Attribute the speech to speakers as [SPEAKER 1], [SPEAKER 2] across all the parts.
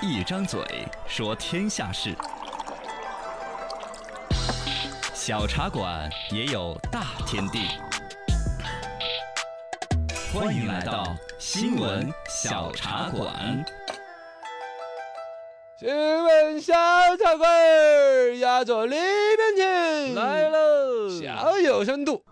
[SPEAKER 1] 一张嘴说天下事，小茶馆也有大天地。欢迎来到新闻小茶馆。
[SPEAKER 2] 新闻小茶馆儿压着你面前
[SPEAKER 3] 来喽！
[SPEAKER 2] 小有深度。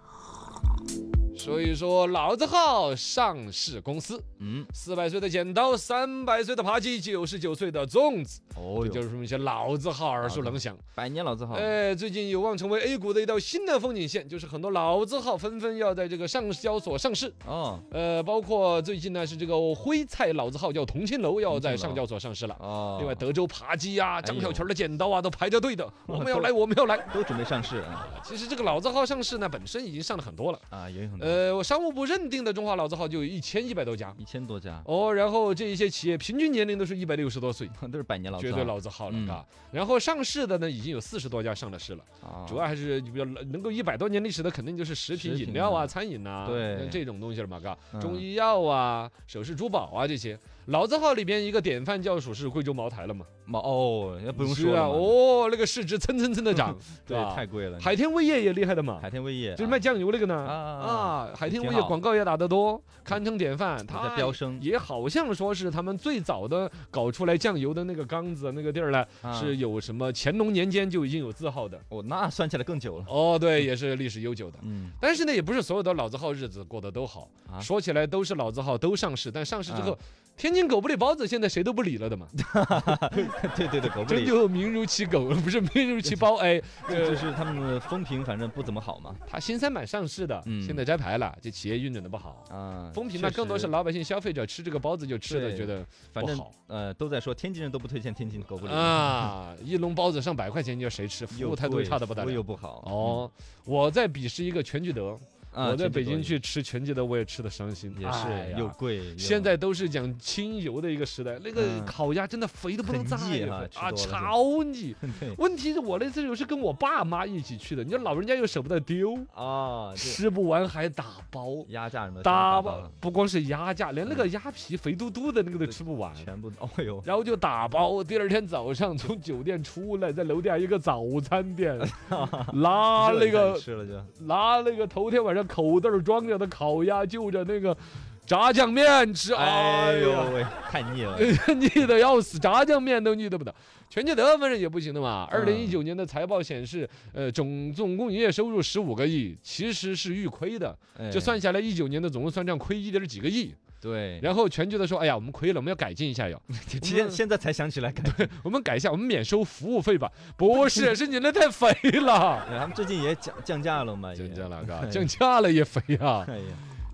[SPEAKER 2] 所以说，老字号上市公司，
[SPEAKER 3] 嗯，
[SPEAKER 2] 四百岁的剪刀，三百岁的扒鸡，九十九岁的粽子，
[SPEAKER 3] 哦
[SPEAKER 2] 这
[SPEAKER 3] 哟，
[SPEAKER 2] 就是我们一些老字号耳熟能详。
[SPEAKER 3] 百年老字号，
[SPEAKER 2] 哎，最近有望成为 A 股的一道新的风景线，就是很多老字号纷纷要在这个上交所上市。
[SPEAKER 3] 哦
[SPEAKER 2] 呃，包括最近呢是这个徽菜老字号叫同心楼要在
[SPEAKER 3] 同心楼哎
[SPEAKER 2] 上交所上市了。
[SPEAKER 3] 哦，
[SPEAKER 2] 另外，德州扒鸡啊、张小泉的剪刀啊，都排着 队的。我
[SPEAKER 3] 哇
[SPEAKER 2] 们要
[SPEAKER 3] 都
[SPEAKER 2] 来，我们要来。
[SPEAKER 3] 都准备上市啊
[SPEAKER 2] 其实这个老字号上市呢，本身已经上了很多了。
[SPEAKER 3] 啊，也有很多，
[SPEAKER 2] 呃，我商务部认定的中华老字号就有一千一百多家
[SPEAKER 3] 一千多家，
[SPEAKER 2] 哦，然后这一些企业平均年龄都是一百六十多岁，
[SPEAKER 3] 都是百年老字
[SPEAKER 2] 绝
[SPEAKER 3] 号，
[SPEAKER 2] 对老字号了，
[SPEAKER 3] 嗯
[SPEAKER 2] 嘎。然后上市的呢，已经有四十多家上了市了，
[SPEAKER 3] 啊，
[SPEAKER 2] 主要还是比较能够一百多年历史的，肯定就是食品
[SPEAKER 3] 食品
[SPEAKER 2] 饮料啊、
[SPEAKER 3] 啊
[SPEAKER 2] 餐饮呐，
[SPEAKER 3] 对
[SPEAKER 2] 那这种东西了嘛，嘎。
[SPEAKER 3] 嗯
[SPEAKER 2] 中医药啊、首饰珠宝啊这些，老字号里边一个典范教属是贵州茅台了嘛，
[SPEAKER 3] 毛哦，那不用
[SPEAKER 2] 是
[SPEAKER 3] 说了
[SPEAKER 2] 啊，
[SPEAKER 3] 嘛，，
[SPEAKER 2] 哦，那个市值蹭蹭蹭的涨
[SPEAKER 3] 对
[SPEAKER 2] 是，吧
[SPEAKER 3] 太贵了，
[SPEAKER 2] 海天味业也厉害的嘛，
[SPEAKER 3] 海天味业
[SPEAKER 2] 啊就是卖酱油那个呢
[SPEAKER 3] 啊
[SPEAKER 2] 啊，海天味
[SPEAKER 3] 挺
[SPEAKER 2] 业
[SPEAKER 3] 好
[SPEAKER 2] 广告也打得多，堪称典范。它
[SPEAKER 3] 在飙升
[SPEAKER 2] 也好像说是他们最早的搞出来酱油的那个缸子那个地儿呢，
[SPEAKER 3] 啊
[SPEAKER 2] 是有什么乾隆年间就已经有字号的。
[SPEAKER 3] 哦，那算起来更久了，
[SPEAKER 2] 哦，对，也是历史悠久的。
[SPEAKER 3] 嗯，
[SPEAKER 2] 但是呢，也不是所有的老字号日子过得都好。
[SPEAKER 3] 啊
[SPEAKER 2] 说起来都是老字号都上市，但上市之后，
[SPEAKER 3] 啊
[SPEAKER 2] 天津狗不理包子现在谁都不理了的嘛，
[SPEAKER 3] 对对对，狗不
[SPEAKER 2] 真
[SPEAKER 3] 理，
[SPEAKER 2] 就名如其狗， 不是名如其 包。哎，
[SPEAKER 3] 就
[SPEAKER 2] 呃，
[SPEAKER 3] 是他们的风评反正不怎么好嘛，
[SPEAKER 2] 它新三板上市的，
[SPEAKER 3] 嗯
[SPEAKER 2] 现在摘牌了，这企业运转的不好。
[SPEAKER 3] 啊，
[SPEAKER 2] 风评呢，
[SPEAKER 3] 确实
[SPEAKER 2] 更多是老百姓、消费者吃这个包子就吃的，
[SPEAKER 3] 对
[SPEAKER 2] 觉得
[SPEAKER 3] 反正
[SPEAKER 2] 不好
[SPEAKER 3] 呃都在说天津人都不推荐天津狗不理，
[SPEAKER 2] 啊，一笼包子上百块钱，你叫谁吃？服
[SPEAKER 3] 又
[SPEAKER 2] 务态度
[SPEAKER 3] 贵
[SPEAKER 2] 差的不得
[SPEAKER 3] 服务又
[SPEAKER 2] 了。
[SPEAKER 3] 不好，
[SPEAKER 2] 哦，我在鄙视一个全聚德，
[SPEAKER 3] 啊
[SPEAKER 2] 我在
[SPEAKER 3] 全聚
[SPEAKER 2] 北
[SPEAKER 3] 德
[SPEAKER 2] 京
[SPEAKER 3] 也
[SPEAKER 2] 去吃全聚德，我也吃的伤心。
[SPEAKER 3] 也
[SPEAKER 2] 哎
[SPEAKER 3] 是
[SPEAKER 2] 呀
[SPEAKER 3] 又贵，又
[SPEAKER 2] 现在都是讲清油的一个时代，那个
[SPEAKER 3] 嗯
[SPEAKER 2] 烤鸭真的肥的不能再
[SPEAKER 3] 很腻
[SPEAKER 2] 肥
[SPEAKER 3] 哈
[SPEAKER 2] 啊，
[SPEAKER 3] 吃多了
[SPEAKER 2] 超腻。
[SPEAKER 3] 对
[SPEAKER 2] 问题是我那次又是跟我爸妈一起去的，你说老人家又舍不得丢，
[SPEAKER 3] 啊，这
[SPEAKER 2] 吃不完还打包，
[SPEAKER 3] 压榨什么
[SPEAKER 2] 打
[SPEAKER 3] 包
[SPEAKER 2] 包不光是鸭架，连那个鸭皮肥嘟嘟的那个都
[SPEAKER 3] 对
[SPEAKER 2] 吃不完。
[SPEAKER 3] 全部，哦呦，
[SPEAKER 2] 然后就打包，第二天早上从酒店出来，在楼底下一个早餐 店，拿那
[SPEAKER 3] 热一下
[SPEAKER 2] 个
[SPEAKER 3] 吃了就
[SPEAKER 2] 拿那个头天晚上口袋儿装着的烤鸭，就着那个炸酱面吃，哎
[SPEAKER 3] 哎
[SPEAKER 2] 呦，
[SPEAKER 3] 呦喂，哎太腻了，
[SPEAKER 2] 腻的要死，炸酱面都腻得不得。全聚德反正也不行的嘛。
[SPEAKER 3] 嗯
[SPEAKER 2] 二零一九年的财报显示，呃，总总共营业收入十五个亿，其实是预亏的，
[SPEAKER 3] 哎
[SPEAKER 2] 就算下来一九年的总共算账亏一点几个亿。
[SPEAKER 3] 对，
[SPEAKER 2] 然后全聚德说：“哎呀，我们亏了，我们要改进一 下哟，
[SPEAKER 3] 现现在才想起来，感觉
[SPEAKER 2] 我们改一下，我们免收服务费吧。”不是，是你那太肥了，
[SPEAKER 3] 哎他们最近也降降价了嘛，也
[SPEAKER 2] 降价，了，嘎，
[SPEAKER 3] 哎
[SPEAKER 2] 降价了也肥啊。
[SPEAKER 3] 哎呀，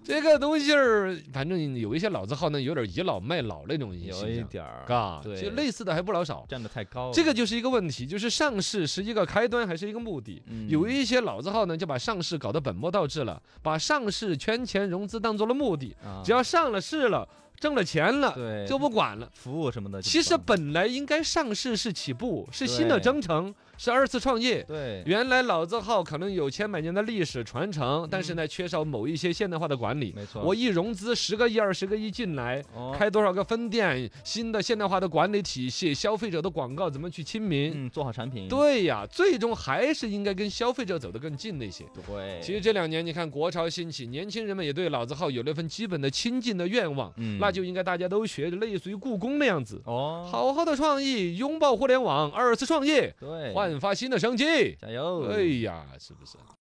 [SPEAKER 2] 这个东西儿，反正有一些老字号呢，有点倚老卖老那种形
[SPEAKER 3] 有一
[SPEAKER 2] 象，
[SPEAKER 3] 点儿
[SPEAKER 2] 嘎，
[SPEAKER 3] 对哦
[SPEAKER 2] 就类似的还不老少。
[SPEAKER 3] 站得太高了，
[SPEAKER 2] 这个就是一个问题，就是上市是一个开端还是一个目的？
[SPEAKER 3] 嗯
[SPEAKER 2] 有一些老字号呢，就把上市搞得本末倒置了，把上市圈钱融资当做了目的，
[SPEAKER 3] 啊
[SPEAKER 2] 只要上了市了，挣了钱了，
[SPEAKER 3] 对
[SPEAKER 2] 就不管了。
[SPEAKER 3] 服务什么的就
[SPEAKER 2] 其实
[SPEAKER 3] 不管了，
[SPEAKER 2] 本来应该上市是起步，是新的
[SPEAKER 3] 对
[SPEAKER 2] 征程，是二次创业。
[SPEAKER 3] 对，
[SPEAKER 2] 原来老字号可能有千百年的历史传承，但是
[SPEAKER 3] 嗯
[SPEAKER 2] 呢，缺少某一些现代化的管理。
[SPEAKER 3] 没错，
[SPEAKER 2] 我一融资十个亿、二十个亿进来，
[SPEAKER 3] 哦
[SPEAKER 2] 开多少个分店，新的现代化的管理体系，消费者的广告怎么去亲民？
[SPEAKER 3] 嗯做好产品，
[SPEAKER 2] 对呀，最终还是应该跟消费者走得更近那些。
[SPEAKER 3] 对，
[SPEAKER 2] 其实这两年，你看国潮兴起，年轻人们也对老字号有了份基本的亲近的愿望，
[SPEAKER 3] 嗯
[SPEAKER 2] 那就应该大家都学着类似于故宫那样子，
[SPEAKER 3] 哦
[SPEAKER 2] 好好的创意，拥抱互联网，二次创业，
[SPEAKER 3] 对，嗯
[SPEAKER 2] 焕发新的生机。哎
[SPEAKER 3] 加油，
[SPEAKER 2] 哎呀，是不是？